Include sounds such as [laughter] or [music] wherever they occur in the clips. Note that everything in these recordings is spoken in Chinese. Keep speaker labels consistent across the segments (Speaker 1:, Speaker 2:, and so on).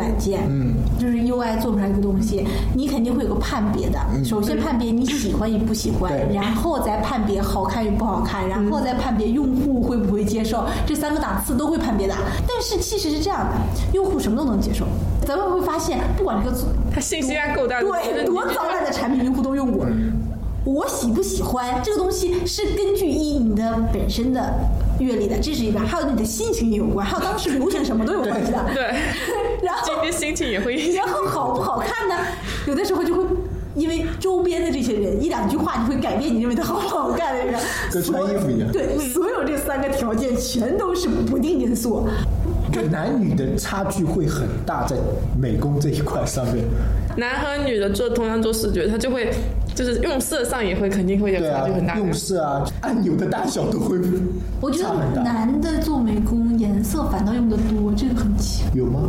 Speaker 1: 呃见，
Speaker 2: 嗯，
Speaker 1: 就是 UI 做出来一个东西，你肯定会有个判别的。首先判别你喜欢与不喜欢，
Speaker 2: 嗯对
Speaker 1: 然后再判别好看与不好看，然后再判别用户会不会接受，这三个档次都会判别的。但是其实是这样的，用户什么都能接受。咱们会发现，不管这个组
Speaker 3: 它信息量够大，
Speaker 1: 对多
Speaker 3: 你 [laughs]
Speaker 1: 糟烂的产品，用户都用过。我喜不喜欢这个东西是根据一你的本身的阅历的，这是一个；还有你的心情也有关，还有当时流行什么都有关系的。
Speaker 3: [laughs] 对，
Speaker 1: [laughs] 然后
Speaker 3: 今天心情也会影响
Speaker 1: [laughs] 然。后好不好看呢？有的时候就会因为周边的这些人一两句话，就会改变你认为它好不好看的人。
Speaker 2: 跟穿衣服一样
Speaker 1: 对，所有这三个条件全都是不定因素。
Speaker 2: 就男女的差距会很大，在美工这一块上面。
Speaker 3: 男和女的做同样做视觉，它就会就是用色上也会肯定会有
Speaker 2: 对
Speaker 3: 差
Speaker 2: 啊
Speaker 3: 距很大，。
Speaker 2: 用色啊，按钮的大小都
Speaker 3: [laughs]
Speaker 2: 会
Speaker 1: 我觉
Speaker 2: 差很
Speaker 1: 得
Speaker 2: 大，
Speaker 1: 男的做美工颜色反倒用的多，这个很奇怪。
Speaker 2: 有吗？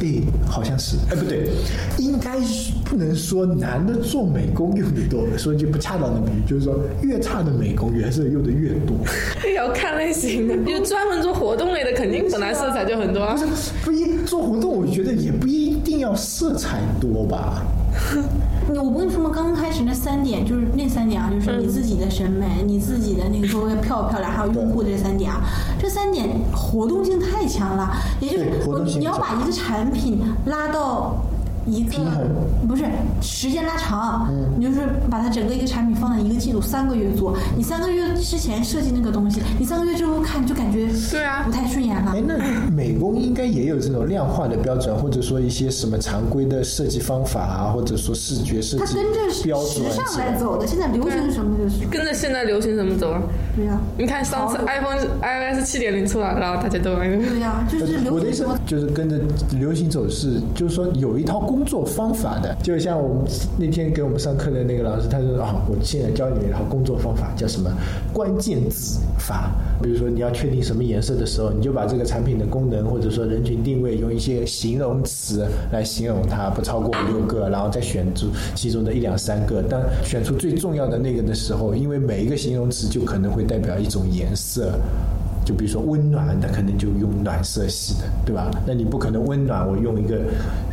Speaker 2: 诶，好像是，哎，不对，应该是不能说男的做美工用的多，说一句不恰当的比喻，就是说越差的美工颜色用的越多。 [laughs]
Speaker 3: 也要看类型的，就专门做活动类的，肯定本来色彩就很多啊
Speaker 2: [laughs] 不。是不一做活动，我觉得也不一定要色彩多吧。
Speaker 1: 你我跟你说嘛，刚开始那三点就是那三点啊，就是
Speaker 3: 嗯
Speaker 1: 你自己的审美，你自己的那个说漂不漂亮，还有用户的这三点啊，这三点活动性太强了，也就是
Speaker 2: 对活动性
Speaker 1: 你要
Speaker 2: 比较
Speaker 1: 把一个产品拉到。一个
Speaker 2: 平衡嗯
Speaker 1: 不是时间拉长，你就是把它整个一个产品放在一个季度三个月做，你三个月之前设计那个东西，你三个月之后看就感觉
Speaker 3: 对啊
Speaker 1: 不太顺眼了
Speaker 2: 哎，。那美工应该也有这种量化的标准，或者说一些什么常规的设计方法啊，或者说视觉设
Speaker 1: 它
Speaker 2: 计
Speaker 1: 跟着
Speaker 2: 标
Speaker 1: 时
Speaker 2: 准啊
Speaker 1: 尚
Speaker 2: 之类
Speaker 1: 来
Speaker 2: 的。
Speaker 1: 走的，现在流行什么就是
Speaker 3: 跟着现在流行怎么走啊？
Speaker 1: 对呀、
Speaker 3: 你看上次
Speaker 1: 好
Speaker 3: iPhone iOS 七点零出来了，然后大家都
Speaker 2: [laughs]
Speaker 3: 玩那个。
Speaker 1: 对呀、就是流行什么
Speaker 2: 呃我的意思就是跟着流行走势，就是说有一套工作方法的，就像我们那天给我们上课的那个老师，他说啊，我现在教你一套工作方法，叫什么关键字法。比如说你要确定什么颜色的时候，你就把这个产品的功能或者说人群定位，用一些形容词来形容它，不超过五六个，然后再选出其中的一两三个。当选出最重要的那个的时候，因为每一个形容词就可能会代表一种颜色。就比如说温暖，它可能就用暖色系的，对吧？那你不可能温暖我用一个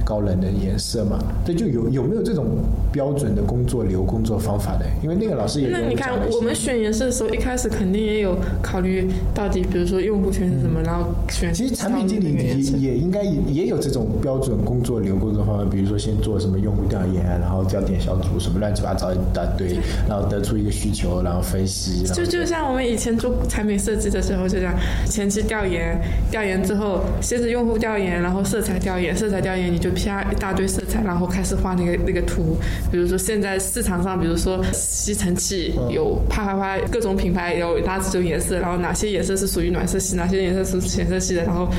Speaker 2: 高冷的颜色嘛？这就有有没有这种标准的工作流、工作方法的？因为那个老师也
Speaker 3: 那
Speaker 2: 跟
Speaker 3: 你
Speaker 2: 讲
Speaker 3: 看
Speaker 2: 了一，些
Speaker 3: 我们选颜色的时候，一开始肯定也有考虑到底，比如说用户选什么，然后选。
Speaker 2: 其实产品经理也也应该也也有这种标准工作流、工作方法，比如说先做什么用户调研，然后调研小组什么乱七八糟一大堆，然后得出一个需求，然后分析，然后
Speaker 3: 就就像我们以前做产品设计的时候，就这样，前期调研，调研之后，先是用户调研，然后色彩调研，色彩调研你就 P R 一大堆色彩，然后开始画那个那个图。比如说现在市场上，比如说吸尘器有啪啪啪各种品牌有哪几种颜色，然后哪些颜色是属于暖色系，哪些颜色是属于浅色系的，然后。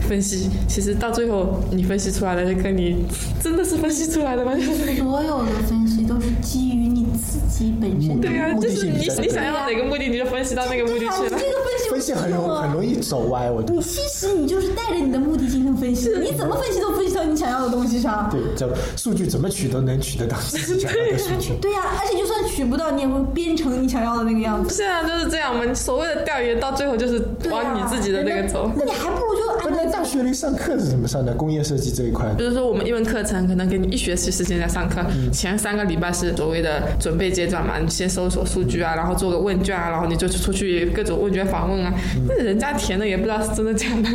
Speaker 3: 分析，其实到最后你分析出来的，跟你真的是分析出来的吗？ [laughs]
Speaker 1: 所有的分析都是基于你自己本身的
Speaker 3: 对啊，
Speaker 2: 目
Speaker 3: 就
Speaker 2: 的
Speaker 3: 是
Speaker 2: 性
Speaker 3: 你
Speaker 2: 比较
Speaker 3: 你想要哪个目的，你就分析到那个目的
Speaker 1: 对啊，
Speaker 3: 去
Speaker 1: 你
Speaker 3: 了。
Speaker 1: 这个分析
Speaker 2: 分析很容
Speaker 1: 容
Speaker 2: 很容易走歪，我
Speaker 1: 你其实你就是带着你的目的进行分析，你怎么分析都分析到你想要的东西上。
Speaker 2: 对，叫数据怎么取都能取得到自己想要的数
Speaker 3: [laughs]
Speaker 2: 据。
Speaker 1: 对呀、而且就算取不到，你也会编成你想要的那个样子。
Speaker 3: 是啊，就是这样嘛。所谓的调研，到最后就是
Speaker 1: 对啊
Speaker 3: 往你自己的那个走。
Speaker 1: 那你还不如就哎按
Speaker 2: 不
Speaker 1: 照
Speaker 2: 那大学里上课是怎么上的？工业设计这一块
Speaker 3: 比如说，我们一门课程可能给你一学期时间来上课，前三个礼拜是所谓的准备阶段嘛，你先搜索数据啊，然后做个问卷啊，然后你就出去各种问卷访问啊。那人家填的也不知道是真的假的，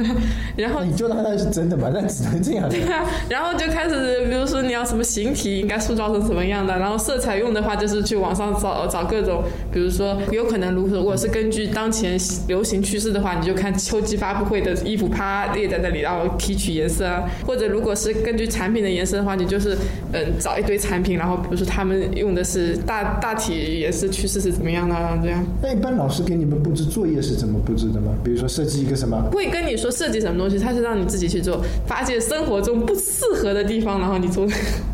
Speaker 3: [laughs] 然后
Speaker 2: 你就当它是真的嘛？那只能这样了。
Speaker 3: 对啊， [laughs] 然后就开始，比如说你要什么形体应该塑造成什么样的，然后色彩用的话就是去网上找找各种，比如说有可能如如果是根据当前流行趋势的话，你就看秋季发布会的衣服啪列在那里，然后提取颜色啊，或者如果是根据产品的颜色的话，你就是嗯找一堆产品，然后比如说他们用的是大大体颜色趋势是怎么样的，然后这样。
Speaker 2: 那一般老师给你们布置作业是怎么布置的吗？比如说设计一个什么？
Speaker 3: 会跟你说设计什么东西，他是让你自己去做，发现生活中不适合的地方，然后你做。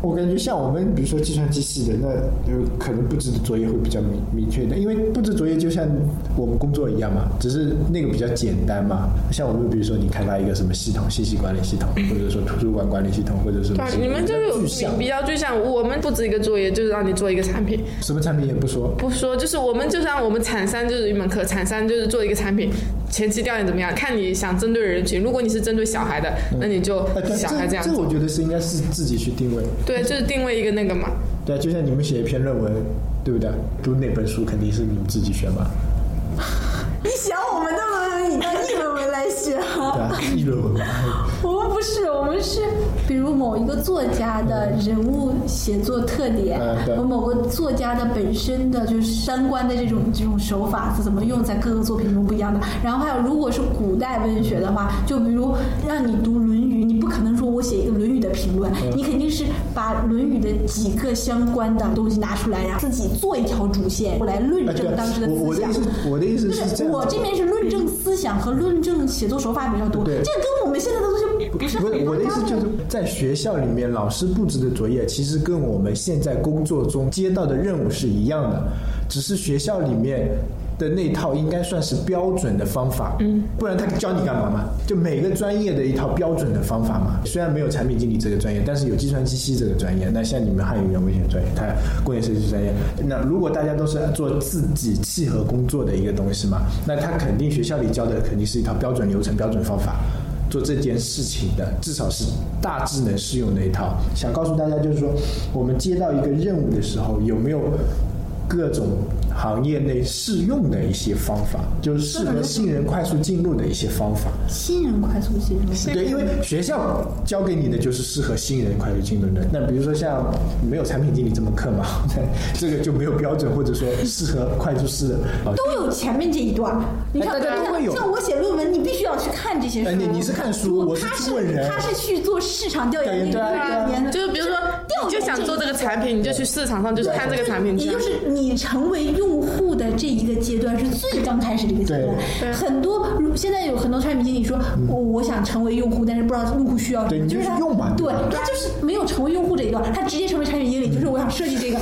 Speaker 2: 我感觉像我们，比如说计算机系的，那有可能布置的作业会比较明明确一点，因为布置作业就像我们工作一样嘛，只是那个比较简单嘛。像我们，比如说你开发一个什么系统，信息管理系统，或者说图书馆管理系统，或者什么
Speaker 3: 对，啊
Speaker 2: 系统，
Speaker 3: 你们就
Speaker 2: 比较具
Speaker 3: 是
Speaker 2: 象
Speaker 3: 有比较具象。我们布置一个作业也就是让你做一个产品，
Speaker 2: 什么产品也不说，
Speaker 3: 不说，就是我们就像我们产商就是一门课，产商就是做一个产品，前期调研怎么样，看你想针对人群。如果你是针对小孩的，那你就
Speaker 2: 哎，但
Speaker 3: 小孩
Speaker 2: 这
Speaker 3: 样
Speaker 2: 这
Speaker 3: 做。
Speaker 2: 我觉得是应该是自己去定位，
Speaker 3: 对，就是定位一个那个嘛。
Speaker 2: 对啊，就像你们写一篇论文，对不对？读哪本书肯定是你们自己选嘛，
Speaker 1: 你想我们的论文，你当议论文来写啊
Speaker 2: 对啊，议论文嘛，
Speaker 1: [laughs] 我们不是，我们是比如某一个作家的人物写作特点
Speaker 2: 嗯对，
Speaker 1: 和某个作家的本身的就是相关的这种这种手法是怎么用在各个作品中不一样的。然后还有，如果是古代文学的话，就比如让你读《论语》，你不可能说我写一个《论语》的评论，
Speaker 2: 嗯
Speaker 1: 你肯定是把《论语》的几个相关的东西拿出来，然后自己做一条主线来论
Speaker 2: 哎，对
Speaker 1: 证
Speaker 2: 啊
Speaker 1: 当时的
Speaker 2: 我我
Speaker 1: 思
Speaker 2: 的
Speaker 1: 想
Speaker 2: 意。思，我的意思
Speaker 1: 不
Speaker 2: 是这
Speaker 1: 是，
Speaker 2: 样子，
Speaker 1: 我这边是论证思想和论证写作手法比较多，
Speaker 2: 对
Speaker 1: 这跟我们现在的东西
Speaker 2: 不
Speaker 1: 不
Speaker 2: 是
Speaker 1: 是
Speaker 2: 我的意思就是，在学校里面，老师布置的作业其实跟我们现在工作中接到的任务是一样的，只是学校里面的那套应该算是标准的方法，嗯，不然他教你干嘛嘛？就每个专业的一套标准的方法嘛。虽然没有产品经理这个专业，但是有计算机系这个专业。那像你们汉语言文学专业，它工业设计专业，那如果大家都是做自己契合工作的一个东西嘛，那他肯定学校里教的肯定是一套标准流程、标准方法。做这件事情的，至少是大致能适用的一套。想告诉大家，就是说，我们接到一个任务的时候，有没有各种行业内适用的一些方法，就是适合新人快速进入的一些方法。
Speaker 1: 新人快速进入。
Speaker 2: 对，因为学校教给你的就是适合新人快速进入的。那比如说像没有产品经理这门课嘛， [laughs] 这个就没有标准，或者说适合会计师的。呃
Speaker 1: 都有前面这一段，你
Speaker 2: 哎
Speaker 1: 看，
Speaker 2: 大家都会有
Speaker 1: 像我写论文，你必须要去看这些书。
Speaker 2: 哎你你是看书我是
Speaker 1: 他是
Speaker 2: 去问人
Speaker 1: 他是去做市场调研，
Speaker 2: 对啊对啊
Speaker 1: 调研的
Speaker 3: 就是比如说，
Speaker 1: 调
Speaker 3: 你就
Speaker 1: 研
Speaker 3: 想做这个产品，你就去市场上就去看这个产品。
Speaker 1: 也就是你成为用户的这一个阶段是最刚开始的一个阶
Speaker 2: 对嗯
Speaker 1: 段。很多如现在有很多产品经理说，我我想成为用户，但是不知道用户需要什
Speaker 2: 对
Speaker 1: 么，
Speaker 2: 你嗯
Speaker 1: 就
Speaker 2: 就是
Speaker 1: 他
Speaker 2: 去用嘛
Speaker 1: 对他就是没有成为用户这一段，他直接成为产品经理，就是我想设计这个。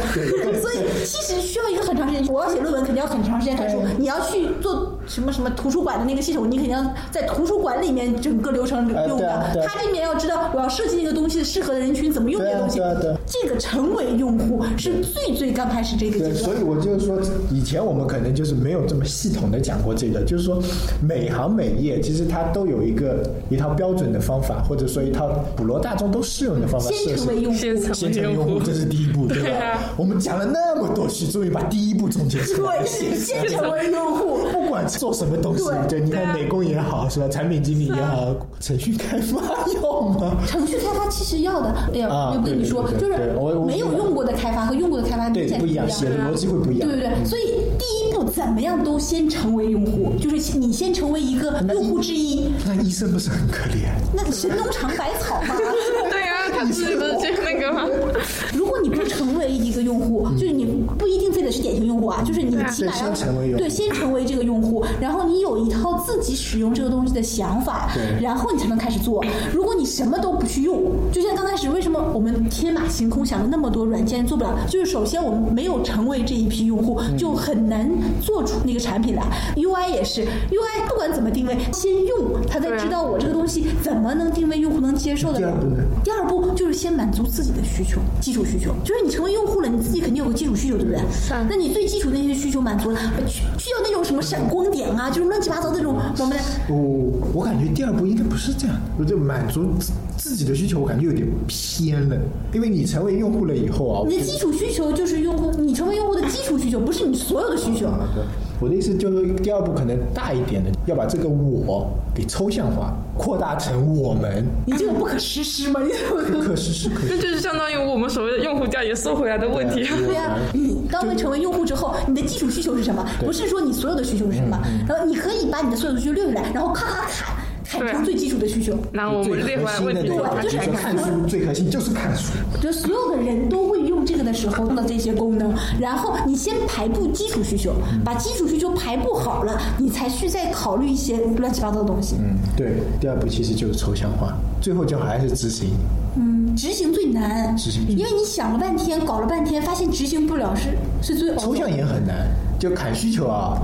Speaker 1: 所以其实需要一个很长时间，我要写论文肯定要很长时间看书
Speaker 2: 对，
Speaker 1: 你要去做什么什么图书馆的那个系统，你肯定要在图书馆里面整个流程
Speaker 2: 哎
Speaker 1: 用
Speaker 2: 对啊对
Speaker 1: 的。
Speaker 2: 啊
Speaker 1: 他这边要知道我要设计那个东西适合的人群怎么用这
Speaker 2: 对
Speaker 1: 个
Speaker 2: 啊
Speaker 1: 东西
Speaker 2: 对啊对啊。
Speaker 1: 这个成为用户是最最刚开始这个
Speaker 2: 对，
Speaker 1: 阶
Speaker 2: 所
Speaker 1: 段。
Speaker 2: 以我就是说，以前我们可能就是没有这么系统的讲过这个，就是说每行每业其实它都有一个一套标准的方法，或者说一套普罗大众都适用的方法，
Speaker 1: 先成为用户，
Speaker 3: 先成
Speaker 2: 先成为用户，这是第一步，对吧？
Speaker 3: 对啊
Speaker 2: 我们讲了那么多期，终于把第一步总结出来了。
Speaker 1: 对，先成为用户。
Speaker 2: [laughs] 不管做什么东西，
Speaker 1: 对
Speaker 2: 对，
Speaker 1: 啊
Speaker 2: 你看美工也好，是吧？产品经理也好，程序开发 [laughs] 要吗？
Speaker 1: 程序开发其实要的，哎呀，
Speaker 2: 啊
Speaker 1: 又跟你说，
Speaker 2: 对对
Speaker 1: 就
Speaker 2: 对
Speaker 1: 是
Speaker 2: 对我我
Speaker 1: 没有用过的开发和用过的开发明
Speaker 2: 对，
Speaker 1: 显
Speaker 2: 不
Speaker 1: 不
Speaker 2: 一样，嗯写的逻辑会不一
Speaker 1: 对
Speaker 2: 样。
Speaker 1: 对对，所以第一步怎么样都先成为用户，就是你先成为一个用户之一，
Speaker 2: 那医生不是很可怜？
Speaker 1: 那你神农尝百草嘛。
Speaker 3: 对啊，他不是不是就那个吗？
Speaker 1: 如果你不成为一个用户，就是你不一定非得是典型用户啊，就是你起码要
Speaker 2: 对先成为用户
Speaker 1: 对，先成为这个用户，然后你有一套自己使用这个东西的想法
Speaker 2: 对，
Speaker 1: 然后你才能开始做。如果你什么都不去用，就像刚开始为什么我们天马行空想了那么多软件做不了，就是首先我们没有成为这一批用户，
Speaker 2: 嗯
Speaker 1: 就很难做出那个产品来。UI 也是，UI 不管怎么定位，先用他才
Speaker 3: 对啊
Speaker 1: 知道我这个东西怎么能定位用户能接受的。
Speaker 2: 第二步呢
Speaker 1: 第二步就是先满足自己的需求，基础需求，就是你成为用户了，你自己肯定有个基础需求，对不对？
Speaker 3: 啊
Speaker 1: 那你最基础的那些需求满足了，需需要那种什么闪光点啊，就是乱七八糟的这种，我们来
Speaker 2: 我我感觉第二步应该不是这样的，我就满足自自己的需求，我感觉有点偏了。因为你成为用户了以后啊，我
Speaker 1: 你
Speaker 2: 觉
Speaker 1: 的
Speaker 2: 得
Speaker 1: 基础需求就是用户，你成为用户的基础需求，不是你所有的需求。
Speaker 2: 我的意思就是第二步可能大一点的，要把这个我给抽象化，扩大成我们，
Speaker 1: 你这个不可实施吗？你 [laughs] 怎么可能
Speaker 2: 可是是可以。
Speaker 3: 那就是相当于我们所谓的用户调研收回来的问题。
Speaker 2: 啊
Speaker 1: 对呀、你当会成为用户之后，你的基础需求是什么？不是说你所有的需求是什么，然后你可以把你的所有的需求列出来，然后咔咔砍砍
Speaker 3: 对啊
Speaker 1: 成最基础的需求。
Speaker 3: 那我
Speaker 2: 最
Speaker 3: 们列回
Speaker 2: 核
Speaker 3: 来
Speaker 2: 心
Speaker 3: 问
Speaker 2: 的
Speaker 3: 题
Speaker 2: 那
Speaker 1: 对
Speaker 2: 个
Speaker 1: 吧
Speaker 2: 话，
Speaker 1: 就
Speaker 2: 就是
Speaker 1: 是
Speaker 2: 看书最核心就是看书，
Speaker 1: 就所有的人都会用这个的时候的这些功能，然后你先排布基础需求，把基础需求排布好了，你才去再考虑一些乱七八糟的东西。
Speaker 2: 嗯，对，第二步其实就是抽象化，最后就还是执行。
Speaker 1: 嗯，执行最难，
Speaker 2: 执行最
Speaker 1: 因为你想了半天，搞了半天，发现执行不了是是最
Speaker 2: 抽象也很难，就砍需求啊，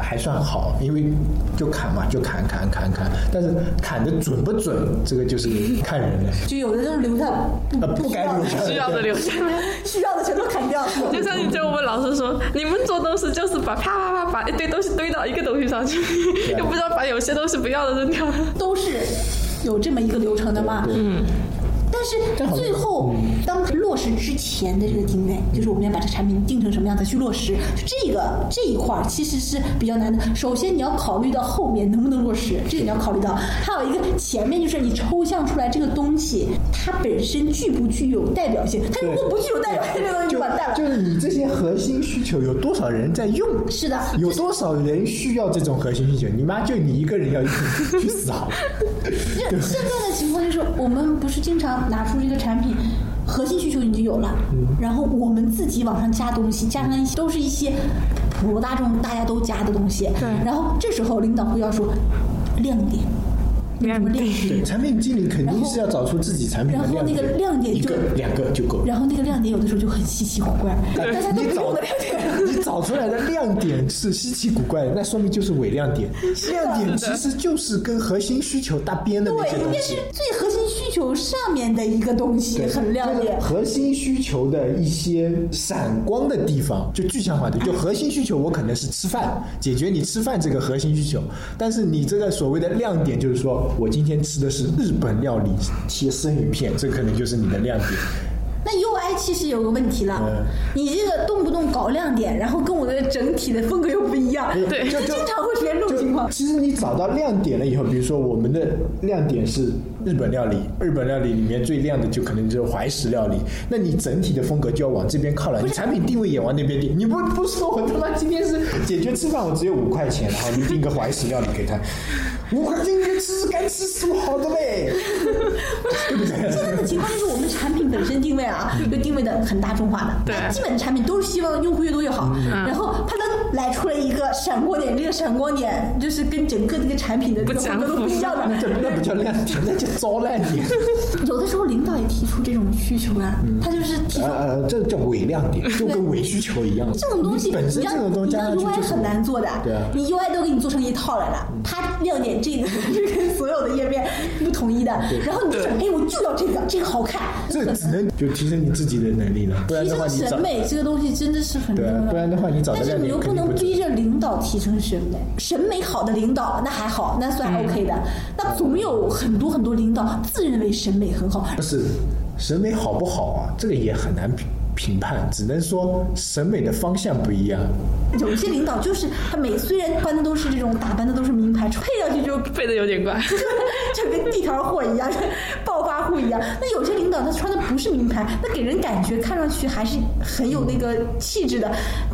Speaker 2: 还算好，因为就砍嘛，就砍砍砍砍，但是砍的准不准，这个就是看人了，
Speaker 1: 就有的就是留下不
Speaker 2: 呃，不该留下，
Speaker 3: 需要的留下来。
Speaker 1: 需要的全都砍掉。 [laughs]
Speaker 3: 就像你叫我们老师说，你们做东西就是把啪啪啪把一堆东西堆到一个东西上去， [laughs] 又不知道把有些东西不要的扔掉。
Speaker 1: 都是有这么一个流程的嘛。嗯。但是最后，
Speaker 2: 嗯
Speaker 1: 当落实之前的这个定位，就是我们要把这产品定成什么样再去落实，这个这一块儿其实是比较难的。首先你要考虑到后面能不能落实，这个你要考虑到。还有一个前面就是你抽象出来这个东西，它本身具不具有代表性？它如果不具有代表性，这个东西
Speaker 2: 就
Speaker 1: 就完蛋了。
Speaker 2: 就是你这些核心需求有多少人在用？
Speaker 1: 是啊的
Speaker 2: 有多少人需要这种核心需求？你妈就你一个人要用，去
Speaker 1: [laughs]
Speaker 2: 死好了！
Speaker 1: 现现在的情况就是，我们不是经常拿出这个产品核心需求你就有了，
Speaker 2: 嗯
Speaker 1: 然后我们自己往上加东西，加上一些都是一些普罗大众大家都加的东西。
Speaker 3: 对
Speaker 1: 然后这时候领导会要说亮点，有什么亮
Speaker 2: 对，
Speaker 1: 点？
Speaker 2: 产品经理肯定是要找出自己产品的
Speaker 1: 然后
Speaker 2: 亮点，
Speaker 1: 那个亮点
Speaker 2: 一
Speaker 1: 就
Speaker 2: 个两个就够了。
Speaker 1: 然后那个亮点有的时候就很稀奇古怪，大家都
Speaker 2: 你
Speaker 1: 不
Speaker 2: 找
Speaker 1: 用的亮点。
Speaker 2: [laughs] 你找出来的亮点是稀奇古怪的，那说明就是伪亮点。亮点其实就是跟核心需求搭边的那些
Speaker 1: 对，应
Speaker 2: 东
Speaker 1: 该是
Speaker 2: 西。
Speaker 1: 最核心需求上面的一个东西，
Speaker 2: 对，
Speaker 1: 很亮
Speaker 2: 就是
Speaker 1: 点。
Speaker 2: 核心需求的一些闪光的地方，就具象化的，就核心需求，我可能是吃饭，解决你吃饭这个核心需求。但是你这个所谓的亮点，就是说我今天吃的是日本料理贴生鱼片，这可能就是你的亮点。
Speaker 1: 那 UI 其实有个问题了，
Speaker 2: 嗯
Speaker 1: 你这个动不动搞亮点，然后跟我的整体的风格又不一样，
Speaker 3: 对
Speaker 1: 就经常会出现这种
Speaker 2: 就
Speaker 1: 情况。
Speaker 2: 其实你找到亮点了以后，比如说我们的亮点是日本料理，日本料理里面最亮的就可能就是怀石料理，那你整体的风格就要往这边靠了，你产品定位也往那边定。你不不说我他妈今天是解决吃饭，我只有五块钱，然后你定个怀石料理给他，五块钱你就吃干吃素好的嘞，对不对？
Speaker 1: 现在的情况就是我们产品本身定位啊，就定位的很大众化的，
Speaker 3: 对嗯
Speaker 1: 那基本的产品都是希望用户越多越好。然后它能来出来一个闪光点，这个闪光点就是跟整个这个产品的
Speaker 3: 不
Speaker 1: 这个风
Speaker 3: 相
Speaker 1: 格都不一样
Speaker 2: 那
Speaker 1: 的
Speaker 2: 这。那不叫亮点，那叫糟烂点。
Speaker 1: 有的时候领导也提出这种需求啊，他就是提出
Speaker 2: 呃呃，这叫伪亮点，就跟伪需求一样。
Speaker 1: 这种东西，
Speaker 2: 你本身
Speaker 1: 你要
Speaker 2: 这种东西
Speaker 1: 你
Speaker 2: 加
Speaker 1: 要
Speaker 2: 上去
Speaker 1: UI
Speaker 2: 就是
Speaker 1: 很难做的。
Speaker 2: 对啊嗯
Speaker 1: 你 UI 都给你做成一套来了，它亮点这个是跟所有的页面不统一的。然后你就想，哎，我就要这个，这个好看。
Speaker 2: 这只能就提升你自己的能力了，不然
Speaker 1: 提
Speaker 2: 的话
Speaker 1: 升
Speaker 2: 你找
Speaker 1: 审美这个东西真的是很重
Speaker 2: 对
Speaker 1: 要
Speaker 2: 啊，不然的话你找的
Speaker 1: 但是
Speaker 2: 亮
Speaker 1: 你
Speaker 2: 点
Speaker 1: 又不
Speaker 2: 肯定
Speaker 1: 能
Speaker 2: 不
Speaker 1: 逼
Speaker 2: 准。
Speaker 1: 着领导提升审美，审美好的领导那还好，那算 OK 的。
Speaker 2: 嗯
Speaker 1: 那总有很多很多领导自认为审美很好，
Speaker 2: 不是审美好不好啊，这个也很难评评判，只能说审美的方向不一样。
Speaker 1: 有一些领导就是他每虽然穿的都是这种打扮的都是名牌，配上去就
Speaker 3: 背的有点怪，
Speaker 1: [laughs] 就跟地摊货一样， [laughs] 暴发户一样。那有些领导他穿的不是名牌，那给人感觉看上去还是很有那个气质的。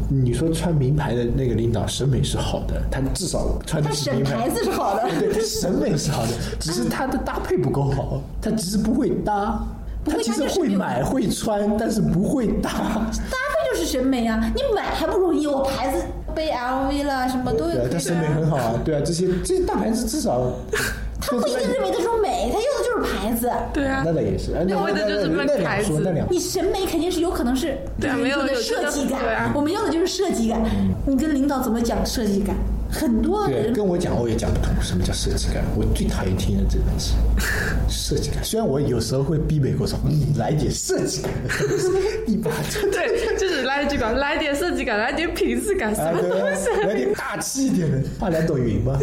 Speaker 2: 你说穿名牌的那个领导审美是好的，他至少穿的
Speaker 1: 他
Speaker 2: 是
Speaker 1: 审
Speaker 2: 名
Speaker 1: 牌
Speaker 2: 牌。
Speaker 1: 子是好的，
Speaker 2: 对，他审美是好的，只是他的搭配不够好，他只是不会搭。
Speaker 1: 不
Speaker 2: 他
Speaker 1: 会搭
Speaker 2: 其实
Speaker 1: 就是
Speaker 2: 会
Speaker 1: 没有
Speaker 2: 买会穿，但是不会搭。
Speaker 1: 搭配就是审美啊！你买还不容易，我牌子背 LV 啦，什么都
Speaker 2: 对啊
Speaker 1: 有，。
Speaker 2: 他审美很好啊。对啊，这些这些大牌子至少
Speaker 1: 他不一定认为他说美，他用的就是牌子。
Speaker 3: 对啊
Speaker 2: 那，倒也是，哎那
Speaker 3: 为的就是
Speaker 2: 那
Speaker 3: 卖
Speaker 2: 那两
Speaker 3: 牌
Speaker 2: 说
Speaker 3: 子
Speaker 2: 那两
Speaker 1: 你审美肯定是有可能是
Speaker 3: 对啊
Speaker 1: 就是
Speaker 3: 没有
Speaker 1: 说的
Speaker 3: 有这
Speaker 1: 设
Speaker 3: 个
Speaker 1: 计感，
Speaker 3: 对啊
Speaker 1: 我们要的就是设计感。你跟领导怎么讲设计感？很多
Speaker 2: 嗯对，
Speaker 1: 人
Speaker 2: 跟我讲我也讲不通什么叫设计感，我最讨厌听的这个词，设计感。虽然我有时候会逼美国说，嗯，来点设计感，你把这
Speaker 3: 对，就是来一句感，来点设计感，来点品质感，什
Speaker 2: 啊
Speaker 3: 么
Speaker 2: 对
Speaker 3: 东
Speaker 2: 吧
Speaker 3: 西？，
Speaker 2: 来点大气一点的，画两朵云吧。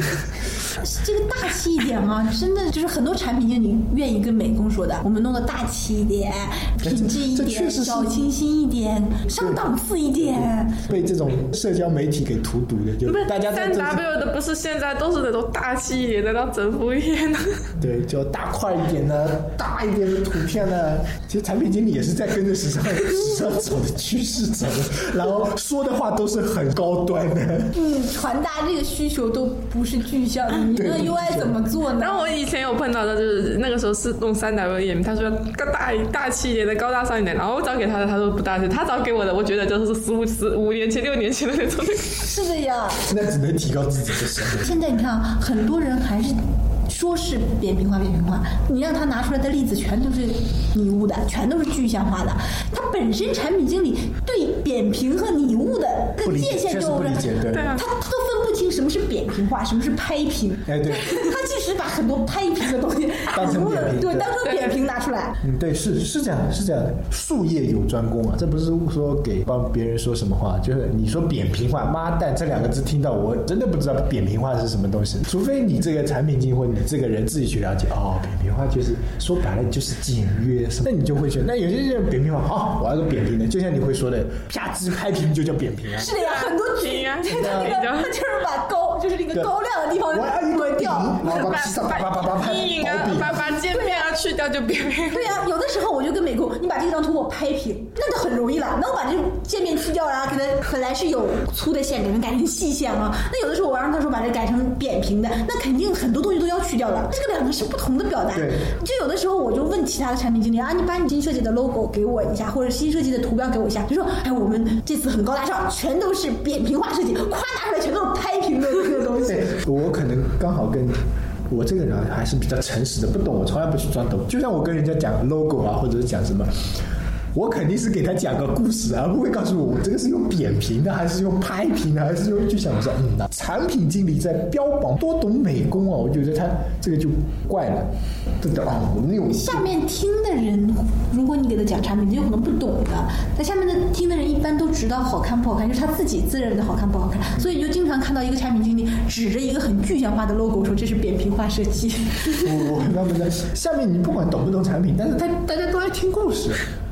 Speaker 1: 这个大气一点啊， [laughs] 真的就是很多产品经理愿意跟美工说的，我们弄得大气一点，品质一
Speaker 2: 哎这确
Speaker 1: 点，
Speaker 2: 实是
Speaker 1: 小清新一点，上档次一点。
Speaker 2: 被这种社交媒体给荼毒的，就
Speaker 3: 不是
Speaker 2: 大家在
Speaker 3: 三
Speaker 2: 这
Speaker 3: W 的不是现在都是那种大气一点的，那种整服业 [laughs] 呢？
Speaker 2: 对，就要大块一点的、大一点的图片呢、其实产品经理也是在跟着时尚、时尚走的趋势走的，然后说的话都是很高端的。
Speaker 1: 你嗯传达这个需求都不是具象的，你
Speaker 2: 对
Speaker 1: 那
Speaker 2: 不是
Speaker 1: UI 怎么做呢？
Speaker 3: 然后我以前有碰到的，就是那个时候是弄三 W 页面，他说更大大气一点的，高大上一点。然后我找给他的，他说不大气，他找给我的，我觉得就是十五十五年前、六年前的那种。
Speaker 1: 是的呀。
Speaker 2: 那只能提高自己的审美。
Speaker 1: 现在你看啊，很多人还是说是扁平化，扁平化，你让他拿出来的例子全都是拟物的，全都是具象化的。他本身产品经理对扁平和拟物的
Speaker 2: 不
Speaker 1: 跟
Speaker 2: 理
Speaker 1: 界
Speaker 2: 解，
Speaker 1: 限
Speaker 2: 确实
Speaker 1: 就
Speaker 2: 不理解，对
Speaker 3: 对。啊
Speaker 1: 他他都分不清什么是扁平化，什么是拍平。
Speaker 2: 哎对
Speaker 1: 他即使把很多拍平的东西
Speaker 2: 当成扁平
Speaker 1: 对，
Speaker 2: 对
Speaker 1: 当成扁平拿出来。
Speaker 2: 嗯，对，是是这样，是这样的，术业有专攻啊，这不是说给帮别人说什么话，就是你说扁平化，妈蛋这两个字听到我真的不知道扁平化是什么东西，除非你这个产品经理或你这个人自己去了解，哦，扁平化就是说白了就是简约什么，那你就会选。那有些人扁平化，好、我要个扁平的，就像你会说的，啪叽拍平就叫扁平啊，
Speaker 1: 是的呀，很多
Speaker 3: 对
Speaker 1: 举， [laughs]
Speaker 3: 呀
Speaker 1: 对他那
Speaker 3: 对呀
Speaker 1: 个他就是把高，就是那个
Speaker 2: 啊对
Speaker 1: 高亮的地方
Speaker 2: 我要一
Speaker 1: 抹
Speaker 2: 个顶，
Speaker 1: 掉。
Speaker 2: 然后把披萨啪啪啪啪啪
Speaker 3: 阴影啊
Speaker 2: 薄，饼
Speaker 3: 把把界面啊去掉就扁平
Speaker 1: 对呀、有的时候我就跟美工，你把这张图给我拍平，那就很容易了。那我把这种界面去掉，然啊后给它本来是有粗的线，给它改成细线了。那有的时候我让他说把这改成扁平的，那肯定很多东西都要去掉了。这个两个是不同的表达。
Speaker 2: 对
Speaker 1: 就有的时候我就问其他的产品经理啊，你把你新设计的 logo 给我一下，或者新设计的图标给我一下。就说，哎，我们这次很高大上，全都是扁平化设计，夸拿出来全都是拍平的这个东西。
Speaker 2: 对，我可能刚好跟我这个人还是比较诚实的，不懂我从来不去装懂。就像我跟人家讲 logo 啊，或者是讲什么。我肯定是给他讲个故事，啊而不会告诉我我这个是用扁平的，还是用拍平的，还是用具象。我说，嗯呐，产品经理在标榜多懂美工哦，我觉得他这个就怪了，真的哦，我们有
Speaker 1: 下面听的人，如果你给他讲产品，他有可能不懂的。但下面的听的人一般都知道好看不好看，就是他自己自认为的好看不好看。所以你就经常看到一个产品经理指着一个很具象化的 logo 说这是扁平化设计。
Speaker 2: 我我很纳闷的。下面你不管懂不懂产品，但是他大家都爱听故事，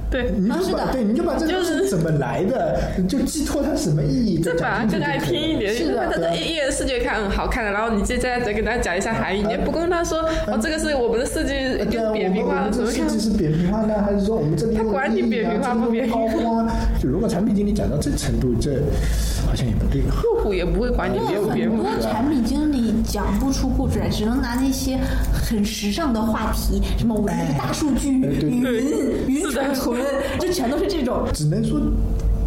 Speaker 3: 对。
Speaker 2: 你
Speaker 1: 啊
Speaker 2: 就是把
Speaker 1: 的
Speaker 2: 对，你就把这个东
Speaker 3: 就是
Speaker 2: 西怎么来的，你就寄托它什么意义，
Speaker 3: 这
Speaker 2: 就
Speaker 3: 把
Speaker 2: 讲
Speaker 3: 更
Speaker 2: 清楚就
Speaker 3: 爱
Speaker 2: 可以
Speaker 3: 拼一点，
Speaker 2: 了
Speaker 3: 因
Speaker 2: 是
Speaker 3: 为
Speaker 2: 的，
Speaker 3: 他
Speaker 2: 对啊
Speaker 3: 的一眼视觉看很好看的，然后你接下来再给他讲一下含义，你也不跟他说哦，这个是我们的设计
Speaker 2: 哎对
Speaker 3: 跟
Speaker 2: 啊，
Speaker 3: 扁平
Speaker 2: 我
Speaker 3: 化
Speaker 2: 们我们
Speaker 3: 怎
Speaker 2: 这
Speaker 3: 么
Speaker 2: 设
Speaker 3: 看？
Speaker 2: 计是扁平化呢，还是说我们啊这里
Speaker 3: 他管你扁平化不扁平化
Speaker 2: 高光啊？就如果产品经理讲到这程度，这好像也不对。啊
Speaker 3: 用户也不会管你
Speaker 1: 因
Speaker 3: 没
Speaker 1: 为
Speaker 3: 有扁
Speaker 1: 很
Speaker 3: 平
Speaker 1: 多
Speaker 3: 化。
Speaker 1: 产品经理讲不出故事来，只能拿那些很时尚的话题，什么我们那个大数据、
Speaker 2: 哎对
Speaker 1: 云
Speaker 2: 对、
Speaker 1: 云储存，这全都是这种。
Speaker 2: 只能说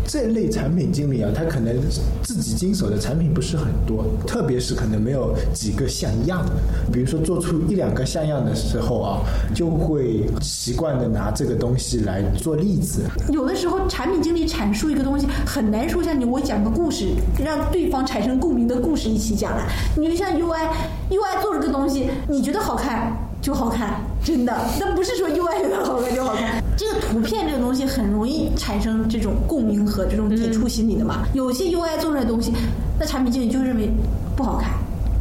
Speaker 2: 这类产品经理啊，他可能自己经手的产品不是很多，特别是可能没有几个像样。比如说做出一两个像样的时候啊，就会习惯的拿这个东西来做例子。
Speaker 1: 有的时候，产品经理阐述一个东西很难说像你我讲个故事，让对方产生共鸣的故事一起讲来。你就像 UI，UI 做了个东西，你觉得好看就好看，真的，那不是说 UI 觉得好看就好看。这个图片这个东西很容易产生这种共鸣和这种抵触心理的嘛。有些 UI 做出来的东西，那产品经理就认为不好看。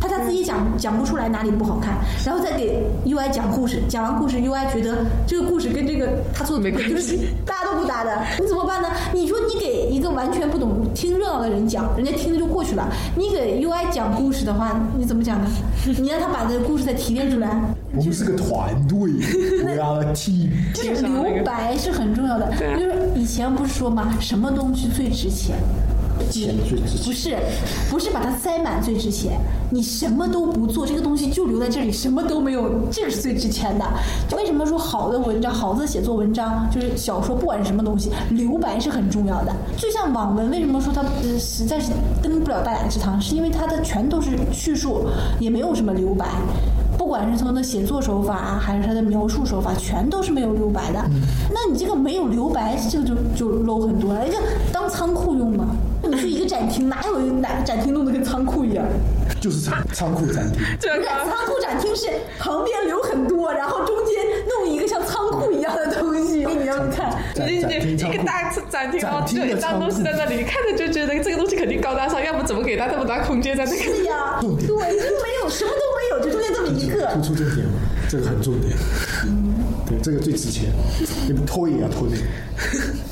Speaker 1: 他他自己讲讲不出来哪里不好看，然后再给 UI 讲故事，讲完故事 UI 觉得这个故事跟这个他做的
Speaker 3: 没关系
Speaker 1: 就是 [laughs] 搭都不搭的，你怎么办呢？你说你给一个完全不懂听热闹的人讲，人家听着就过去了。你给 UI 讲故事的话，你怎么讲呢？你让他把这个故事再提炼出
Speaker 3: [laughs]
Speaker 1: 来，
Speaker 2: 我们是个团队，we are a team。
Speaker 1: 就是留白是很重要的。
Speaker 3: 对啊
Speaker 1: 就是以前不是说嘛，什么东西最值钱？
Speaker 2: 钱最值钱
Speaker 1: 不是，不是把它塞满最值钱。你什么都不做，这个东西就留在这里，什么都没有，这是最值钱的。为什么说好的文章、好的写作文章，就是小说，不管是什么东西，留白是很重要的。就像网文，为什么说它呃实在是登不了大雅之堂，是因为它的全都是叙述，也没有什么留白。不管是从的写作手法啊，还是他的描述手法，全都是没有留白的。那你这个没有留白，这个就就 low 很多了。哎这当仓库用嘛？你去一个展厅，哪有哪展厅弄得跟仓库一样？
Speaker 2: 就是仓仓库餐厅。
Speaker 3: 这
Speaker 1: 不
Speaker 3: 个
Speaker 1: 是仓库展厅是旁边留很多，然后中间弄一个像仓库一样的东西给你让你看。
Speaker 2: 展
Speaker 3: 你
Speaker 2: 展
Speaker 3: 你
Speaker 2: 厅
Speaker 3: 一
Speaker 2: 仓
Speaker 3: 个
Speaker 2: 库
Speaker 3: 大展厅，然后
Speaker 2: 展
Speaker 3: 就
Speaker 2: 厅
Speaker 3: 一
Speaker 2: 的
Speaker 3: 张
Speaker 2: 仓
Speaker 3: 东西
Speaker 2: 库
Speaker 3: 在。那里，你看着就觉得这个东西肯定高大上，要不怎么给他那么大空间在那个？
Speaker 1: 对呀，对，就没有什么都没有，就中间这么一个。
Speaker 2: 突出重点嘛，这个很重点。对，这个最值钱。你们拖也要拖这个。